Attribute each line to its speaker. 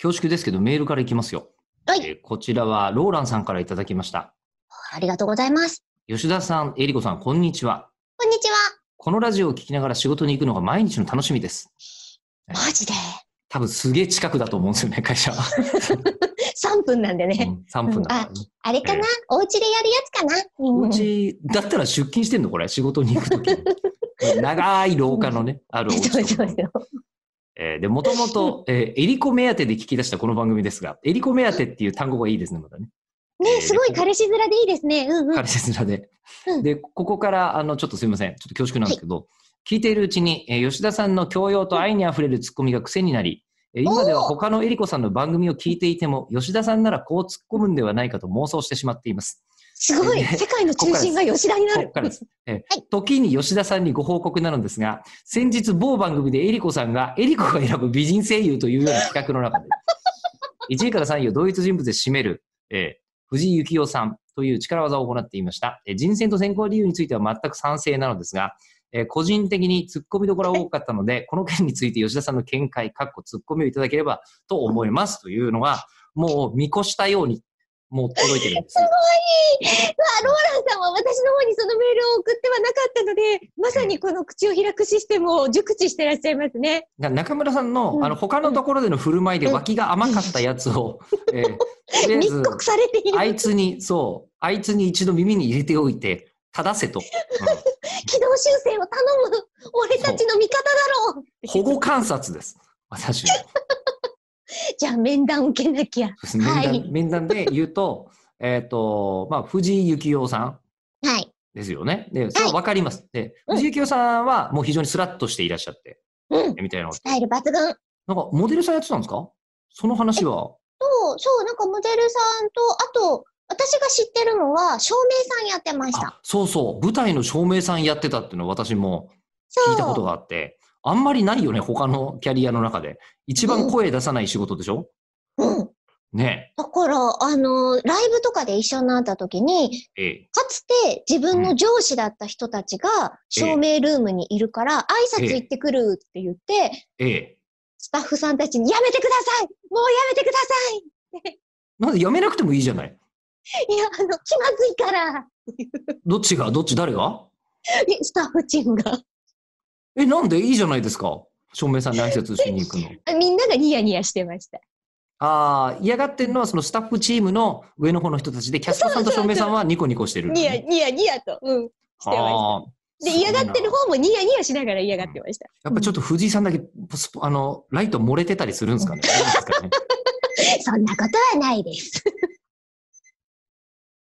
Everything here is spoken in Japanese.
Speaker 1: 恐縮ですけど、メールからいきますよ。
Speaker 2: はい
Speaker 1: えーこちらは、ローランさんからいただきました。
Speaker 2: ありがとうございます。
Speaker 1: 吉田さん、えりこさん、こんにちは。
Speaker 2: こんにちは。
Speaker 1: このラジオを聞きながら仕事に行くのが毎日の楽しみです。はい
Speaker 2: マジで。
Speaker 1: 多分すげえ近くだと思うんですよね、会社 は。
Speaker 2: 3分なんで
Speaker 1: う
Speaker 2: ね。
Speaker 1: ん3分だからね。
Speaker 2: あれかな、
Speaker 1: え
Speaker 2: お家でやるやつかな
Speaker 1: お
Speaker 2: お
Speaker 1: 家だったら出勤してんのこれ、仕事に行く とき。長い廊下のね、あるお
Speaker 2: そう
Speaker 1: 家と
Speaker 2: そ
Speaker 1: か
Speaker 2: う
Speaker 1: に
Speaker 2: そ。う。
Speaker 1: えーで、もともと、えー、エリコ目当てで聞き出したこの番組ですが、エリコ目当てっていう単語がいいですね、またね。えー
Speaker 2: ね、すごい彼氏面でいいですね。うんうん。
Speaker 1: 彼氏面で
Speaker 2: う。ん
Speaker 1: で、ここから、あの、ちょっとすみません。ちょっと恐縮なんですけど、聞いているうちに、えー吉田さんの教養と愛にあふれるツッコミが癖になり、えー今では他のエリコさんの番組を聞いていても、吉田さんならこう突っ込むんではないかと妄想してしまっています。
Speaker 2: すごい。
Speaker 1: えー
Speaker 2: 世界の中心が吉田にな
Speaker 1: こ
Speaker 2: る
Speaker 1: こ。からです。えー
Speaker 2: はい
Speaker 1: 時に吉田さんにご報告なのですが、先日某番組でエリコさんが、エリコが選ぶ美人声優というような企画の中で、1位から3位を同一人物で占める、えー藤井幸雄さんという力技を行っていました。えー人選と選考理由については全く賛成なのですが、えー個人的に突っ込みどころが多かったので、この件について吉田さんの見解、かっこ突っ込みをいただければと思いますというのが、もう見越したように、もう届いてるんです。
Speaker 2: うわローランさんは私の方にそのメールを送ってはなかったので、まさにこの口を開くシステムを熟知してらっしゃいますね。
Speaker 1: だから中村さんの、
Speaker 2: うん
Speaker 1: あの他のところでの振る舞いで脇が甘かったやつを、えーとりあえ
Speaker 2: 密
Speaker 1: ず
Speaker 2: 告されている。
Speaker 1: あいつにそうあいつに一度耳に入れておいて正せと、う
Speaker 2: 軌道修正を頼む。俺たちの味方だろ
Speaker 1: ん保護観察です私の
Speaker 2: う。じゃあ面談受けなきゃ。は
Speaker 1: そうです面談,、
Speaker 2: はい
Speaker 1: 面談で言うとえっ、とまあ藤井幸雄さん
Speaker 2: い。
Speaker 1: ですよねでそれは分かります、で
Speaker 2: うん
Speaker 1: 藤井幸雄さんはもう非常にスラッとしていらっしゃって
Speaker 2: うん。
Speaker 1: みたいなこ
Speaker 2: スタイル抜群。そう、
Speaker 1: となんかモデルさんやってたんですかその話は
Speaker 2: そう、なんかモデルさんと、あと、私が知ってるのは、照明さんやってました。
Speaker 1: あそうそう舞台の照明さんやってたっていうのは私も
Speaker 2: そ
Speaker 1: 聞
Speaker 2: う。
Speaker 1: いたことがあって、あんまりないよね、他のキャリアの中で。一番声出さない仕事でしょ、
Speaker 2: うん。
Speaker 1: ね
Speaker 2: だから、あの、ライブとかで一緒になった時に、
Speaker 1: え。え
Speaker 2: かつて自分の上司だった人たちが、
Speaker 1: ええ
Speaker 2: 照明ルームにいるから、挨拶行ってくるって言って、
Speaker 1: え、ええ。
Speaker 2: スタッフさんたちに、やめてくださいもうやめてくださ
Speaker 1: なんでやめなくてもいいじゃない。
Speaker 2: いいや、あの、気まずいから
Speaker 1: どっちがどっち誰が
Speaker 2: えスタッフチームが。
Speaker 1: え、なんでいいじゃないですか。照明さんに挨拶しに行くの。
Speaker 2: あみんながニヤニヤしてました。
Speaker 1: ああ、嫌がってんのはそのスタッフチームの上の方の人たちで、キャストさんと照明さんはニコニコしてる、
Speaker 2: ニヤ、ニヤ、ニヤと。うん。してま
Speaker 1: あ
Speaker 2: した。
Speaker 1: ー
Speaker 2: で、嫌がってる。
Speaker 1: すごいな
Speaker 2: 方もニヤニヤしながら嫌がってました。
Speaker 1: やっぱちょっと藤井さんだけ、スポあの、ライト漏れてたりするんですかね。どうですかね
Speaker 2: そんなことはないです。